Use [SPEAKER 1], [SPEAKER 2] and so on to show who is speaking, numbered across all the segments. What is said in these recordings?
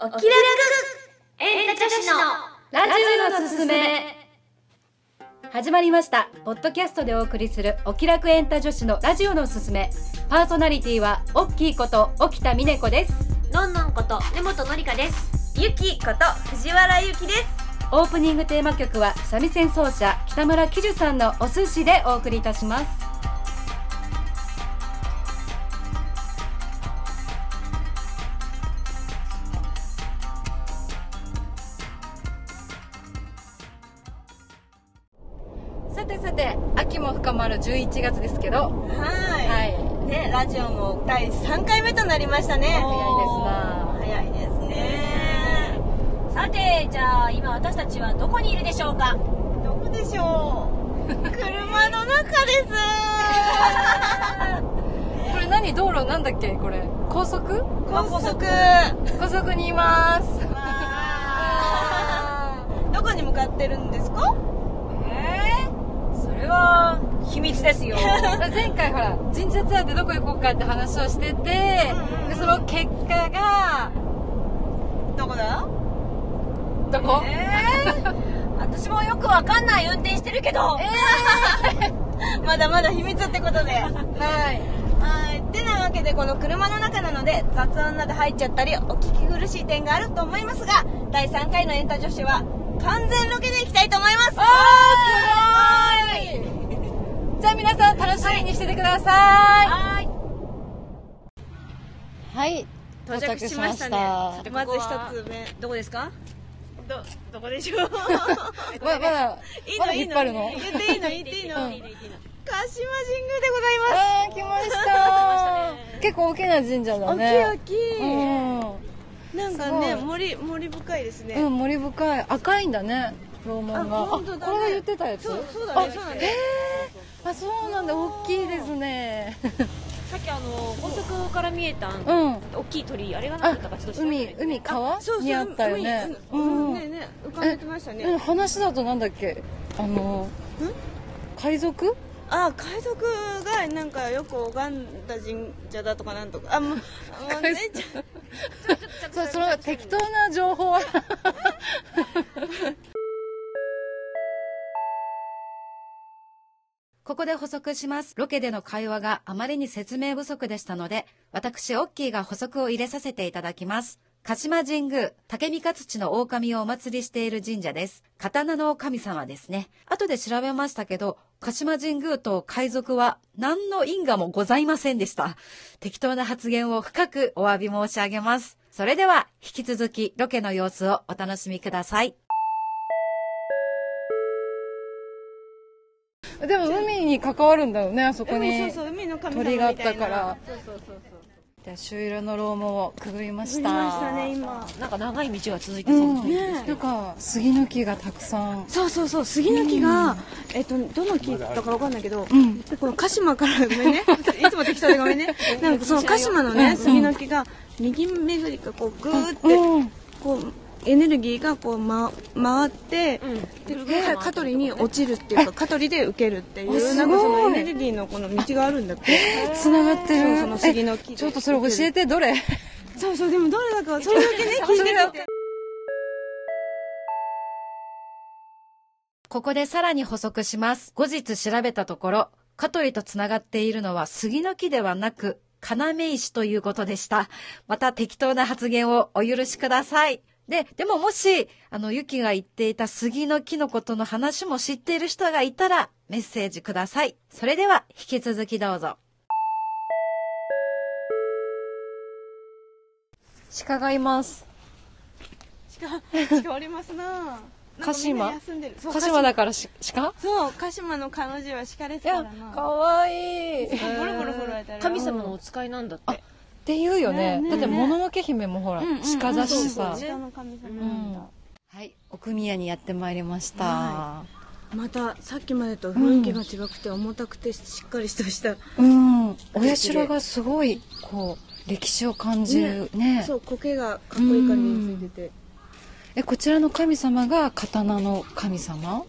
[SPEAKER 1] おきらくエンタ女子の
[SPEAKER 2] ラジオのすすめ始まりましたポッドキャストでお送りするお気楽エンタ女子のラジオのすすめパーソナリティはオッキーこと沖田美音子です
[SPEAKER 1] のんのんこと根本のりかです
[SPEAKER 3] ゆきこと藤原ゆきです
[SPEAKER 2] オープニングテーマ曲は三味線奏者北村喜寿さんのお寿司でお送りいたしますさてさて秋も深まる11月ですけど
[SPEAKER 3] はい
[SPEAKER 2] はい
[SPEAKER 3] ねラジオも第3回目となりましたね
[SPEAKER 2] 早
[SPEAKER 3] 早い
[SPEAKER 2] いですな
[SPEAKER 3] ですね
[SPEAKER 1] さてじゃあ今私たちはどこにいるでしょうか
[SPEAKER 3] どこでしょう車の中です
[SPEAKER 2] これ何道路なんだっけこれ高速
[SPEAKER 3] 高速
[SPEAKER 2] 高速にい ます
[SPEAKER 3] わーどこに向かってるんですか
[SPEAKER 1] えー、それは秘密ですよ
[SPEAKER 2] 前回ほら神社ツアーでどこ行こうかって話をしてて
[SPEAKER 3] うん
[SPEAKER 2] でその結果が
[SPEAKER 3] どこだ
[SPEAKER 2] どこ、
[SPEAKER 1] 私もよくわかんない運転してるけど
[SPEAKER 3] まだまだ秘密ってことでは
[SPEAKER 2] はい
[SPEAKER 3] いてなわけでこの車の中なので雑音など入っちゃったりお聞き苦しい点があると思いますが第3回のエンタ女子は完全ロケでいきたいと思います
[SPEAKER 2] あーすごじゃあ皆さん楽しみにしててくださ
[SPEAKER 1] はい
[SPEAKER 2] いはい
[SPEAKER 3] 到着しましたねまず一つ目
[SPEAKER 1] どこですか
[SPEAKER 3] どどこでしょう
[SPEAKER 2] まだまだ
[SPEAKER 3] いい
[SPEAKER 2] まだ
[SPEAKER 3] のい
[SPEAKER 2] 引
[SPEAKER 3] い
[SPEAKER 2] っ
[SPEAKER 3] の
[SPEAKER 2] 張るの
[SPEAKER 3] 言っていいの言っていいの、
[SPEAKER 2] うん
[SPEAKER 3] 鹿島神宮でございます
[SPEAKER 2] あー来ました結構大きな神社だ
[SPEAKER 3] 大
[SPEAKER 2] ね
[SPEAKER 3] きい大きいなんかね
[SPEAKER 2] すご
[SPEAKER 3] 森森深いですね、
[SPEAKER 2] うん、うん、森深い赤いんだね楼門が
[SPEAKER 3] あ本当だね
[SPEAKER 2] これが言ってたやつ
[SPEAKER 3] そうそうだねそうだね
[SPEAKER 2] あそうなんだ大きいですね
[SPEAKER 1] さっきあの高速から見えた
[SPEAKER 2] うん
[SPEAKER 1] 大きい鳥あれが
[SPEAKER 2] あ
[SPEAKER 1] 何だったかちょっと調べて
[SPEAKER 2] 海海川
[SPEAKER 3] そうそう
[SPEAKER 2] にあったよね
[SPEAKER 3] 海
[SPEAKER 2] う
[SPEAKER 3] う
[SPEAKER 2] ん
[SPEAKER 3] んねね浮かべてましたね、
[SPEAKER 2] うん話だとなんだっけあの海賊
[SPEAKER 3] あ海賊がなんかよく拝んだ神社だとかなんとかあ もうもうねちゃ
[SPEAKER 2] そうその適当な情報はここで補足します。ロケでの会話があまりに説明不足でしたので、私、オッキーが補足を入れさせていただきます。鹿島神宮、竹三勝地の狼をお祭りしている神社です。刀の神様ですね。後で調べましたけど、鹿島神宮と海賊は何の因果もございませんでした。適当な発言を深くお詫び申し上げます。それでは、引き続きロケの様子をお楽しみください。でも海に関わるんだよね、あそこ
[SPEAKER 3] 海
[SPEAKER 2] に。
[SPEAKER 3] そうそう海の神様みた
[SPEAKER 2] 鳥
[SPEAKER 3] い
[SPEAKER 2] が
[SPEAKER 3] な
[SPEAKER 2] あったから
[SPEAKER 3] そうそうそうそう
[SPEAKER 2] じゃあ、朱色の楼門をくぐりま
[SPEAKER 3] 降
[SPEAKER 2] し
[SPEAKER 3] り
[SPEAKER 2] た。
[SPEAKER 3] ましたね今
[SPEAKER 1] なんか長い道が続いて
[SPEAKER 2] う、
[SPEAKER 1] そうなんね
[SPEAKER 2] なんか杉の木がたくさん。
[SPEAKER 3] そうそうそう杉の木が、えっとどの木だかわかんないけど、
[SPEAKER 2] うん、
[SPEAKER 3] この鹿島からごめんね いつも適当でごめんねなんかその鹿島のね杉の木が右巡りかこうグーって
[SPEAKER 2] うん、
[SPEAKER 3] こうエネルギーがこう、ま、回って
[SPEAKER 1] うん
[SPEAKER 3] で香取に落ちるっていうか香取で受けるってい
[SPEAKER 2] あ
[SPEAKER 3] う
[SPEAKER 2] す
[SPEAKER 3] なんかそ
[SPEAKER 2] ごい
[SPEAKER 3] のエネルギーのこの道があるんだって
[SPEAKER 2] つながって
[SPEAKER 3] そう
[SPEAKER 2] る。
[SPEAKER 3] その杉の木で
[SPEAKER 2] えちょっとそれ教えて、どれ。
[SPEAKER 3] そうそうでもどれだかそれだけね聞いてたって
[SPEAKER 2] ここでさらに補足します。後日調べたところ、香取とつながっているのは杉の木ではなく、要石ということでした。また適当な発言をお許しください。で、でももし、あの、ゆきが言っていた杉の木のことの話も知っている人がいたら、メッセージください。それでは、引き続きどうぞ。鹿がいます。
[SPEAKER 3] 鹿鹿おりますな
[SPEAKER 2] 鹿島
[SPEAKER 3] なんかみんな休んでるそう
[SPEAKER 2] 鹿島だから鹿
[SPEAKER 3] そう鹿島の彼女は鹿です
[SPEAKER 2] い
[SPEAKER 3] から
[SPEAKER 2] や
[SPEAKER 3] な、
[SPEAKER 2] かわいい。
[SPEAKER 3] ボロボロボロやったら
[SPEAKER 1] 神様のお使いなんだって
[SPEAKER 2] って言うよ
[SPEAKER 3] ね
[SPEAKER 2] ね
[SPEAKER 3] ね
[SPEAKER 2] だって「もののけ姫」もほら、
[SPEAKER 3] うんうんうん
[SPEAKER 2] 鹿だし
[SPEAKER 3] そう
[SPEAKER 2] さ
[SPEAKER 3] そう鹿の神様
[SPEAKER 2] う
[SPEAKER 3] なんだ、
[SPEAKER 2] んはい奥宮にやってまいりました、
[SPEAKER 3] はまたさっきまでと雰囲気が違くて重たくてしっかりとした、
[SPEAKER 2] うんお社がすごいこう歴史を感じるね
[SPEAKER 3] そう苔がかっこいい感じについてて、
[SPEAKER 2] えこちらの神様が刀の神様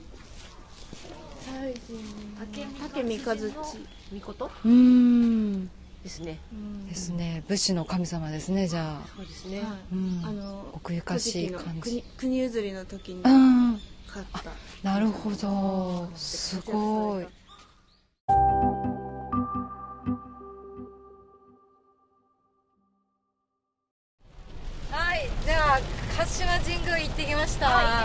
[SPEAKER 3] 竹三和地
[SPEAKER 1] みこと
[SPEAKER 2] うん
[SPEAKER 1] ですね。
[SPEAKER 3] うん
[SPEAKER 4] ですね武士の神様ですねじゃあ、
[SPEAKER 1] そうですね。
[SPEAKER 3] はい
[SPEAKER 4] うん、
[SPEAKER 3] あの
[SPEAKER 4] 奥ゆかしい感
[SPEAKER 3] 古事記の
[SPEAKER 4] じ
[SPEAKER 3] 国国譲りの時に
[SPEAKER 4] う
[SPEAKER 3] 買っ
[SPEAKER 4] ん
[SPEAKER 3] た
[SPEAKER 4] なるほどすごい
[SPEAKER 2] はいじゃあ鹿島神宮行ってきました
[SPEAKER 3] はい行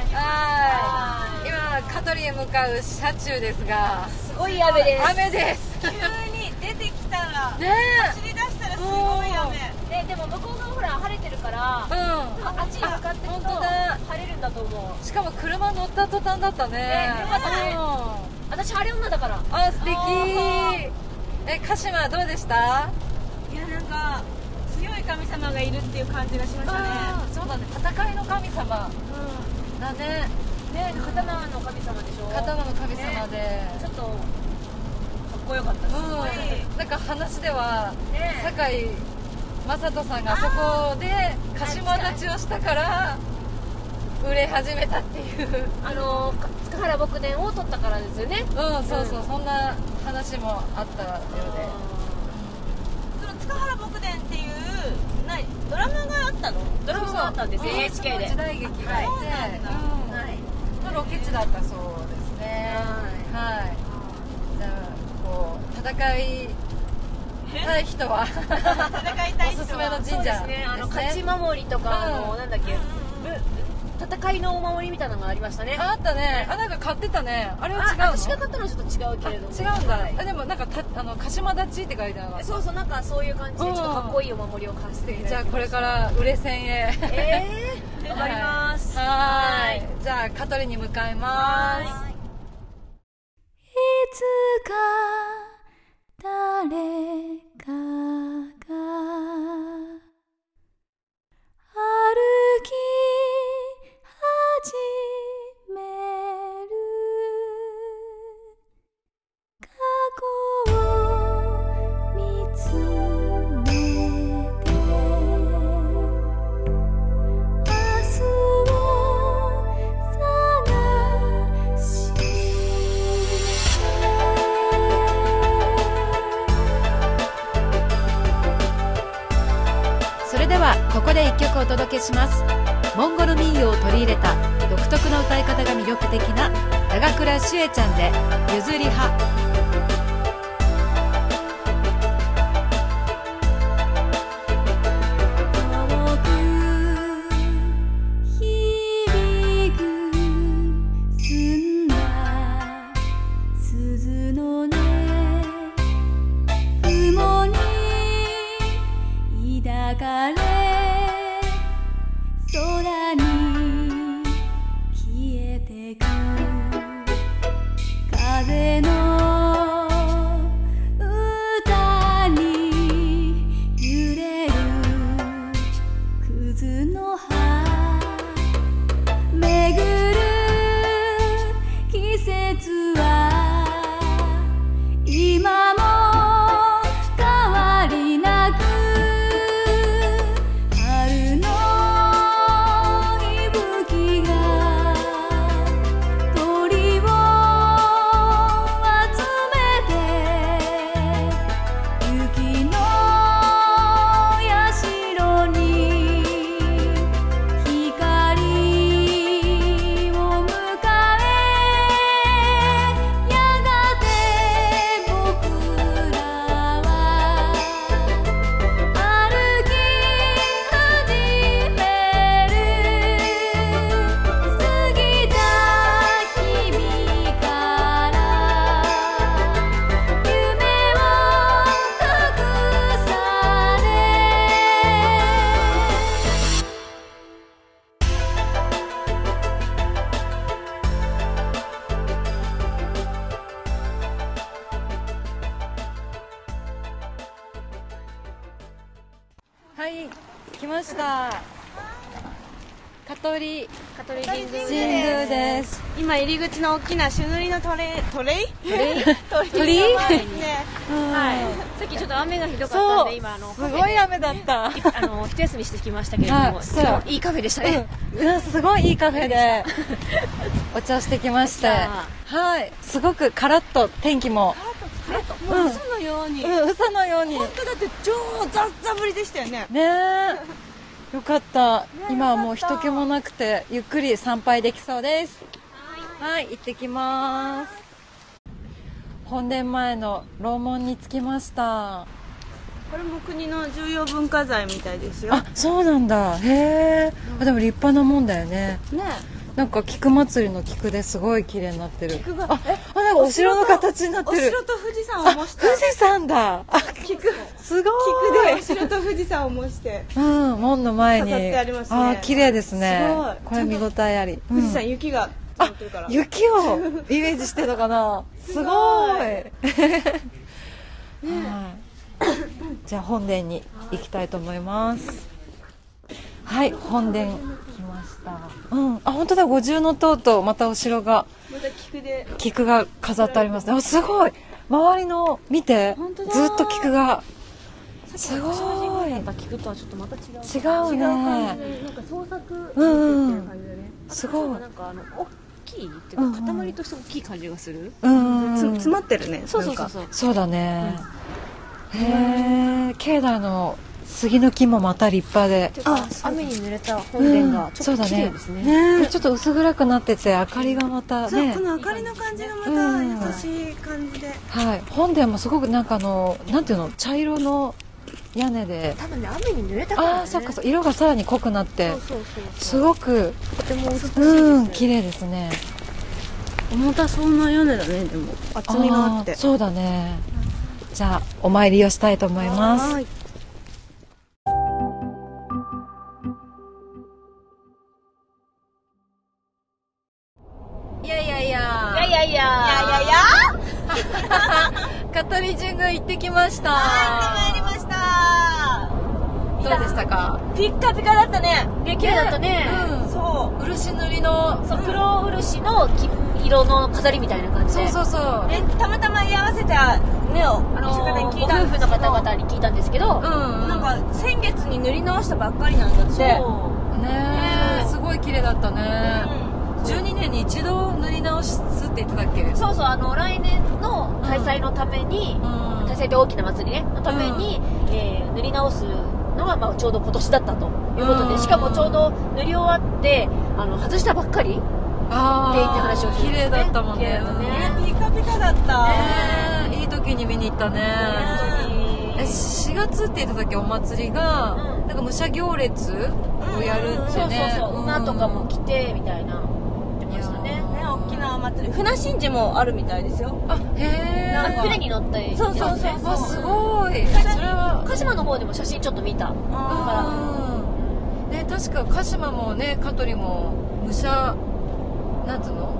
[SPEAKER 3] ってきましたね
[SPEAKER 2] はい今香取へ向かう車中ですが
[SPEAKER 3] すごい雨です
[SPEAKER 2] 雨です
[SPEAKER 3] 急に出てきたら
[SPEAKER 2] ね
[SPEAKER 3] 走り出したらすごい雨
[SPEAKER 1] ね、でも向こう側ほら晴れてるから、
[SPEAKER 2] え
[SPEAKER 1] あっちに向かってくと
[SPEAKER 2] 本当だ
[SPEAKER 1] 晴れるんだと思う。
[SPEAKER 2] うんしかも車乗った途端だったね
[SPEAKER 1] ねよかったね
[SPEAKER 2] うん
[SPEAKER 1] 私晴れ女だから。
[SPEAKER 2] あ素敵
[SPEAKER 1] あ
[SPEAKER 2] え鹿島どうでした
[SPEAKER 3] いやなんか強い神様がいるっていう感じがしましたね
[SPEAKER 2] うんそうだね戦いの神様だね
[SPEAKER 1] ね、刀の神様でしょ。
[SPEAKER 2] 刀の神様で、
[SPEAKER 1] ちょっとかっこよかったです。
[SPEAKER 2] うん、なんか話では
[SPEAKER 1] ね、
[SPEAKER 2] 堺雅人さんがあそこで鹿島立ちをしたから売れ始めたっていう
[SPEAKER 1] あのか塚原牧伝を取ったからですよね。
[SPEAKER 2] うんそうそううんそんな話もあったよう
[SPEAKER 3] その塚原牧伝っていうないドラマがあったの
[SPEAKER 2] で
[SPEAKER 1] ドラマがあったんです
[SPEAKER 2] そうそう
[SPEAKER 1] NHK で
[SPEAKER 2] その時代劇があって、
[SPEAKER 3] は
[SPEAKER 1] はい。
[SPEAKER 2] うんのロケ地だったそうですねはいじゃあこう戦いたい人は
[SPEAKER 3] 戦いたい人は
[SPEAKER 2] おすすめの
[SPEAKER 1] そう
[SPEAKER 2] 神
[SPEAKER 1] で
[SPEAKER 2] 社
[SPEAKER 1] すね。あの
[SPEAKER 2] ですね
[SPEAKER 1] 勝ち守りとか、あ
[SPEAKER 2] う
[SPEAKER 1] の
[SPEAKER 2] ん
[SPEAKER 1] なんだっけ、ぶ戦いのお守りみたいなのがありましたね。
[SPEAKER 2] ああったねあなんか買ってたねあれは違う
[SPEAKER 1] ああ
[SPEAKER 2] の
[SPEAKER 1] の四角かったのはちょっと違う
[SPEAKER 2] あ
[SPEAKER 1] け
[SPEAKER 2] 違
[SPEAKER 1] れ
[SPEAKER 2] う
[SPEAKER 1] ども。
[SPEAKER 2] んだ、
[SPEAKER 1] はい
[SPEAKER 2] あでもなんかたあの鹿島立ちって書いてなかった
[SPEAKER 1] そうそうなんかそういう感じでちょっとかっこいいお守りを貸していただきまし
[SPEAKER 2] じ
[SPEAKER 1] た
[SPEAKER 2] ゃあこれから売れ線へ
[SPEAKER 1] ええ
[SPEAKER 2] ー
[SPEAKER 1] 頑張ります
[SPEAKER 2] はーいじゃあ香取に向かいます
[SPEAKER 5] いつか誰かが歩き始める過去を見つめて明日を探して
[SPEAKER 2] それではここで一曲お届けしますモンゴル民謡を取り入れた独特の歌い方が魅力的な長倉シエちゃんで「譲り派」
[SPEAKER 5] 遠く響く澄んだ鈴の音雲に抱かれ空に消えてく風の歌に揺れるくずの葉めぐる季節は今も変わりなく春の息吹が鳥を集めて雪の社に光を迎えやがて僕らは歩き始める過ぎた日々から夢を隠され
[SPEAKER 2] はい来ました香取
[SPEAKER 1] 香取神宮
[SPEAKER 2] 神宮です
[SPEAKER 3] 今入り口の大きな朱塗りのトレイトレイ鳥
[SPEAKER 2] 鳥
[SPEAKER 3] の前に ね
[SPEAKER 1] はいさっきちょっと雨がひどかったん
[SPEAKER 2] そう
[SPEAKER 1] で今あの
[SPEAKER 2] すごい雨だっ た
[SPEAKER 1] あの一休みしてきましたけれど
[SPEAKER 2] は
[SPEAKER 1] も
[SPEAKER 2] い
[SPEAKER 1] すごいいいカフェでしたね、
[SPEAKER 2] うん、すごいいいカフェでお茶をしてきまして
[SPEAKER 1] やっ
[SPEAKER 2] はいすごくカラッと天気も
[SPEAKER 3] カラッともう嘘のように、
[SPEAKER 4] うん、嘘のように。
[SPEAKER 3] 本当だって超ザッザぶりでしたよね
[SPEAKER 4] ねえ。よかった。
[SPEAKER 3] ねえ
[SPEAKER 4] 今はもう
[SPEAKER 3] よかった
[SPEAKER 4] 人気もなくて、ゆっくり参拝できそうです。はい、行ってきます。本殿前の楼門に着きました。
[SPEAKER 3] これも国の重要文化財みたいですよ
[SPEAKER 4] あ、そうなんだ。へえ。あ、でも立派なもんだよね。
[SPEAKER 3] ね
[SPEAKER 4] なんか菊祭りの菊ですごい綺麗になってる。
[SPEAKER 3] 菊が
[SPEAKER 4] あ、あなんかお城の形になって
[SPEAKER 3] お
[SPEAKER 4] る。
[SPEAKER 3] 城と富士山を
[SPEAKER 4] あ、
[SPEAKER 3] 模
[SPEAKER 4] 富
[SPEAKER 3] した
[SPEAKER 4] 士山だ。あ、
[SPEAKER 3] 菊
[SPEAKER 4] すごい。
[SPEAKER 3] 菊でお城と富士山を模して
[SPEAKER 4] うん、門の前に。
[SPEAKER 3] 飾ってありますね
[SPEAKER 4] あー、綺麗ですね。
[SPEAKER 3] すごい
[SPEAKER 4] これ見応えあり。
[SPEAKER 3] 富士山
[SPEAKER 4] うん
[SPEAKER 3] 雪が積もってるから、ね
[SPEAKER 4] 雪をイメージしてたかな。すごい。はい。じゃあ本殿に行きたいと思います。はい、本殿来ました。うん、あ、本当だ。五重の塔とまたお城が
[SPEAKER 3] また菊で
[SPEAKER 4] 菊が飾ってありますね。あ、すごい。周りの見て
[SPEAKER 3] 本当、だ
[SPEAKER 4] ずっと菊が
[SPEAKER 3] さっきの柏神宮だった菊とはちょっとまた違う
[SPEAKER 4] 違
[SPEAKER 3] 違
[SPEAKER 4] う
[SPEAKER 3] う感じ
[SPEAKER 4] ね。
[SPEAKER 3] でなんか創作
[SPEAKER 4] うん
[SPEAKER 3] っていう感じだね
[SPEAKER 4] すごい
[SPEAKER 3] なんかあの大きいって
[SPEAKER 4] う
[SPEAKER 3] いうんか
[SPEAKER 4] うん
[SPEAKER 3] 塊として大きい感じがする、
[SPEAKER 4] うんうん。
[SPEAKER 3] つ詰まってるね
[SPEAKER 4] そうそう
[SPEAKER 3] なんか
[SPEAKER 4] そうそうだね、へえ境内の杉の木もまた立派で
[SPEAKER 3] あ雨に濡れた本殿がちょっと綺麗ですね,、
[SPEAKER 4] ねえちょっと薄暗くなってて明かりがまた
[SPEAKER 3] そう
[SPEAKER 4] ね
[SPEAKER 3] この明かりの感じがま
[SPEAKER 4] うん
[SPEAKER 3] た優しい感じで、
[SPEAKER 4] はい本殿もすごくなんかあのなんていうの茶色の屋根で
[SPEAKER 3] 多分ね雨に濡れたから、ね、
[SPEAKER 4] ああそっかそう色がさらに濃くなって
[SPEAKER 3] そうそうそう
[SPEAKER 4] すごく
[SPEAKER 3] とても美しいです、
[SPEAKER 4] うん綺麗ですね
[SPEAKER 3] 重たそうな屋根だねでも厚みがあって
[SPEAKER 4] ーそうだねじゃあお参りをしたいと思います
[SPEAKER 3] はい
[SPEAKER 2] いやいや
[SPEAKER 3] いやい
[SPEAKER 2] いや
[SPEAKER 3] やいやいやいや
[SPEAKER 2] 香取神宮行ってきました
[SPEAKER 3] やってまいりました
[SPEAKER 2] どうでしたか
[SPEAKER 3] ピッカピカだったね
[SPEAKER 6] ね綺麗だったね、
[SPEAKER 2] うん
[SPEAKER 3] そう
[SPEAKER 2] 漆塗りの
[SPEAKER 6] そう黒漆のき色の飾りみたいな感じ
[SPEAKER 2] そ
[SPEAKER 6] で
[SPEAKER 2] うそうそう
[SPEAKER 3] ねたまたま居合わせたねお
[SPEAKER 6] あの
[SPEAKER 3] 方に聞
[SPEAKER 6] ご
[SPEAKER 3] いた
[SPEAKER 6] 夫
[SPEAKER 3] んで
[SPEAKER 6] 婦
[SPEAKER 3] す
[SPEAKER 6] の
[SPEAKER 3] けど
[SPEAKER 6] 方々に聞いたんですけど、
[SPEAKER 2] うん
[SPEAKER 3] なんか先月に塗り直したばっかりなんだって
[SPEAKER 6] そう
[SPEAKER 2] ねえすごい綺麗だったね
[SPEAKER 3] う
[SPEAKER 2] 12年に一度塗り直すって言ってたっけうん
[SPEAKER 6] そうそうあの来年の開催のために、開催って大きな祭りねのために、えー塗り直すのが、まあ、ちょうど今年だったということで、
[SPEAKER 2] うん
[SPEAKER 6] しかもちょうど塗り終わってあの外したばっかり
[SPEAKER 2] あ
[SPEAKER 6] って言って話を聞い
[SPEAKER 2] 綺
[SPEAKER 6] て
[SPEAKER 2] 麗だったもん
[SPEAKER 6] 綺麗
[SPEAKER 2] ね
[SPEAKER 6] だね
[SPEAKER 3] んねピカピカだった
[SPEAKER 2] ねえいい時に見に行ったねえ4月って言ってたっけお祭りが、
[SPEAKER 6] うん
[SPEAKER 2] なんか武者行列をやるっ
[SPEAKER 6] そ
[SPEAKER 2] て
[SPEAKER 6] う
[SPEAKER 2] ね
[SPEAKER 6] そうそう、
[SPEAKER 2] ん
[SPEAKER 6] 馬とかも来てみたいな言ってましたね
[SPEAKER 3] ね大きなお祭り船神事もあるみたいですよ
[SPEAKER 2] あへえ
[SPEAKER 6] なんか船に乗ったり
[SPEAKER 3] そうそうそう
[SPEAKER 6] やって
[SPEAKER 2] わ
[SPEAKER 6] ます
[SPEAKER 2] す
[SPEAKER 6] ね
[SPEAKER 2] ごいそれは
[SPEAKER 6] 鹿島の方でも写真ちょっと見た
[SPEAKER 2] うんね確か鹿島もね香取も武者なんつうの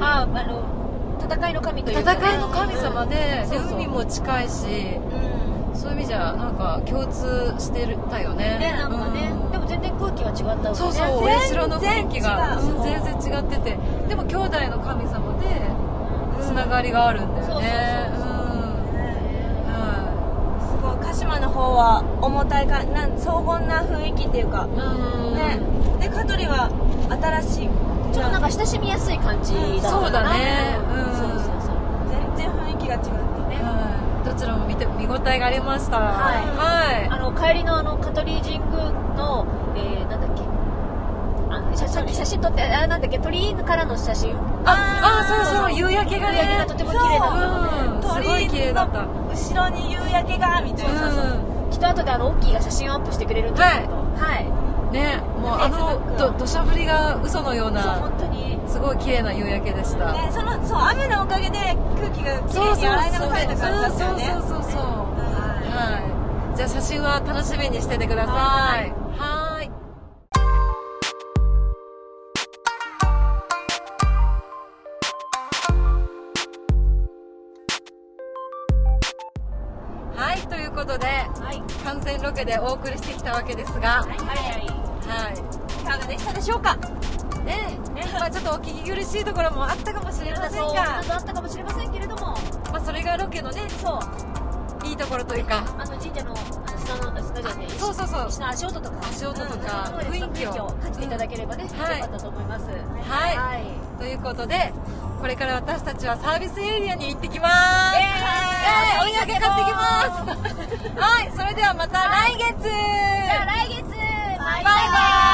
[SPEAKER 6] ああの戦いの神という
[SPEAKER 2] 戦
[SPEAKER 6] か
[SPEAKER 2] いの神様で,、
[SPEAKER 6] そうそう
[SPEAKER 2] で海も近いし
[SPEAKER 3] うん
[SPEAKER 2] そういう意味じゃなんか共通してるたよね
[SPEAKER 6] ねなんかね、
[SPEAKER 2] うん
[SPEAKER 6] でも全然空気は違ったわけね
[SPEAKER 2] そうそうお
[SPEAKER 3] 全然
[SPEAKER 2] 社の雰囲気が
[SPEAKER 3] 違う
[SPEAKER 2] 全然違っててでも兄弟の神様でつながりがあるんだよね
[SPEAKER 6] そうそうそう
[SPEAKER 2] うん
[SPEAKER 3] すご
[SPEAKER 2] は
[SPEAKER 3] い鹿島の方は重たいかなん荘厳な雰囲気っていうか
[SPEAKER 2] いうん
[SPEAKER 3] ねで香取は新しい
[SPEAKER 6] ちょっとなんか親しみやすい感じだったかな
[SPEAKER 2] そうだねうん
[SPEAKER 6] そうそうそう
[SPEAKER 3] 全然雰囲気が違ってね
[SPEAKER 2] はいどちらも見て見応えがありましたはい
[SPEAKER 6] あの帰りのあの香取神宮の、えー、なんだっけあの写真写真撮ってあなんだっけ鳥居からの写真
[SPEAKER 2] ああそうそう夕焼けがね
[SPEAKER 6] 夕焼けがとても綺麗だったので
[SPEAKER 2] うんすごい綺麗だったうん
[SPEAKER 3] 後ろに夕焼けがみたいな
[SPEAKER 6] きっと後であのオッキーが写真をアップしてくれるんですけどはい、
[SPEAKER 2] ねもうあのど土砂降りが嘘のよう
[SPEAKER 6] そう
[SPEAKER 2] な
[SPEAKER 6] 本当に
[SPEAKER 2] すごい綺麗な夕焼けでした
[SPEAKER 3] ねそのそう雨のおかげで空気がき
[SPEAKER 2] そ
[SPEAKER 3] れ
[SPEAKER 2] う
[SPEAKER 3] い
[SPEAKER 2] そう
[SPEAKER 3] に洗い流された感じだったよね
[SPEAKER 2] そうそうそうそうそう
[SPEAKER 3] はい
[SPEAKER 2] はい。じゃあ写真は楽しみにしててください。はい。はい、ということで、完全ロケでお送りしてきたわけですが、はい。
[SPEAKER 3] いかがでしたでしょうか
[SPEAKER 2] ねまあちょっとお聞き苦しいところもあったかもしれません
[SPEAKER 6] そう
[SPEAKER 2] が
[SPEAKER 6] な、どあったかもしれませんけれども
[SPEAKER 2] まあそれがロケのね、
[SPEAKER 6] そう
[SPEAKER 2] いいところというか、
[SPEAKER 6] あの神社のあの砂の砂じゃねえ
[SPEAKER 2] そうそうそう
[SPEAKER 6] 石の足音とか
[SPEAKER 2] 足音とか
[SPEAKER 6] うん
[SPEAKER 2] 雰囲気を
[SPEAKER 6] そう感じていただければね、
[SPEAKER 2] んはい
[SPEAKER 6] よかったと思いますはい、
[SPEAKER 2] はいということでこれから私たちはサービスエリアに行ってきます
[SPEAKER 6] イエーイ
[SPEAKER 2] イエーイお土産買ってきますはいそれではまた来月
[SPEAKER 6] じゃあ来月バイ
[SPEAKER 2] バイバイ